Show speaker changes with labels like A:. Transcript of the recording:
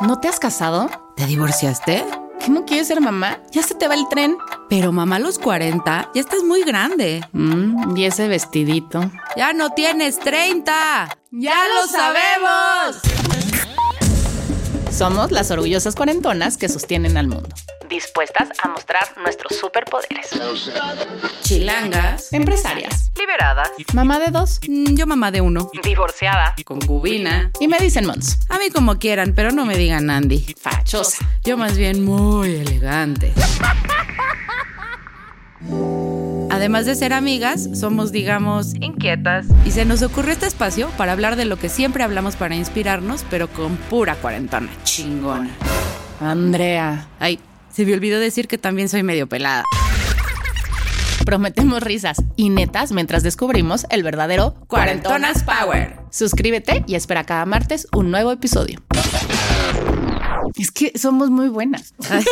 A: ¿No te has casado? ¿Te divorciaste? ¿Que no quieres ser mamá? ¿Ya se te va el tren?
B: Pero mamá, a los 40 ya estás muy grande.
A: Mm, y ese vestidito.
B: Ya no tienes 30.
C: ¡Ya lo sabemos!
A: Somos las orgullosas cuarentonas que sostienen al mundo.
D: Dispuestas a mostrar nuestros superpoderes.
B: Chilangas.
A: Empresarias.
D: Liberadas.
A: Mamá de dos.
B: Mm, yo mamá de uno.
D: Divorciada.
B: Concubina.
A: Y me dicen Mons.
B: A mí como quieran, pero no me digan Andy.
A: Fachosa.
B: Yo más bien muy elegante. Además de ser amigas, somos, digamos,
D: Inquietas.
B: y se nos ocurrió este espacio para hablar de lo que siempre hablamos para inspirarnos, pero con pura cuarentona chingona.
A: Andrea.
B: Ay, se me olvidó decir que también soy medio pelada.
A: Prometemos risas y netas mientras descubrimos el verdadero
B: Cuarentonas Power.
A: Suscríbete y espera cada martes un nuevo episodio. Es que somos muy buenas.
B: Ay.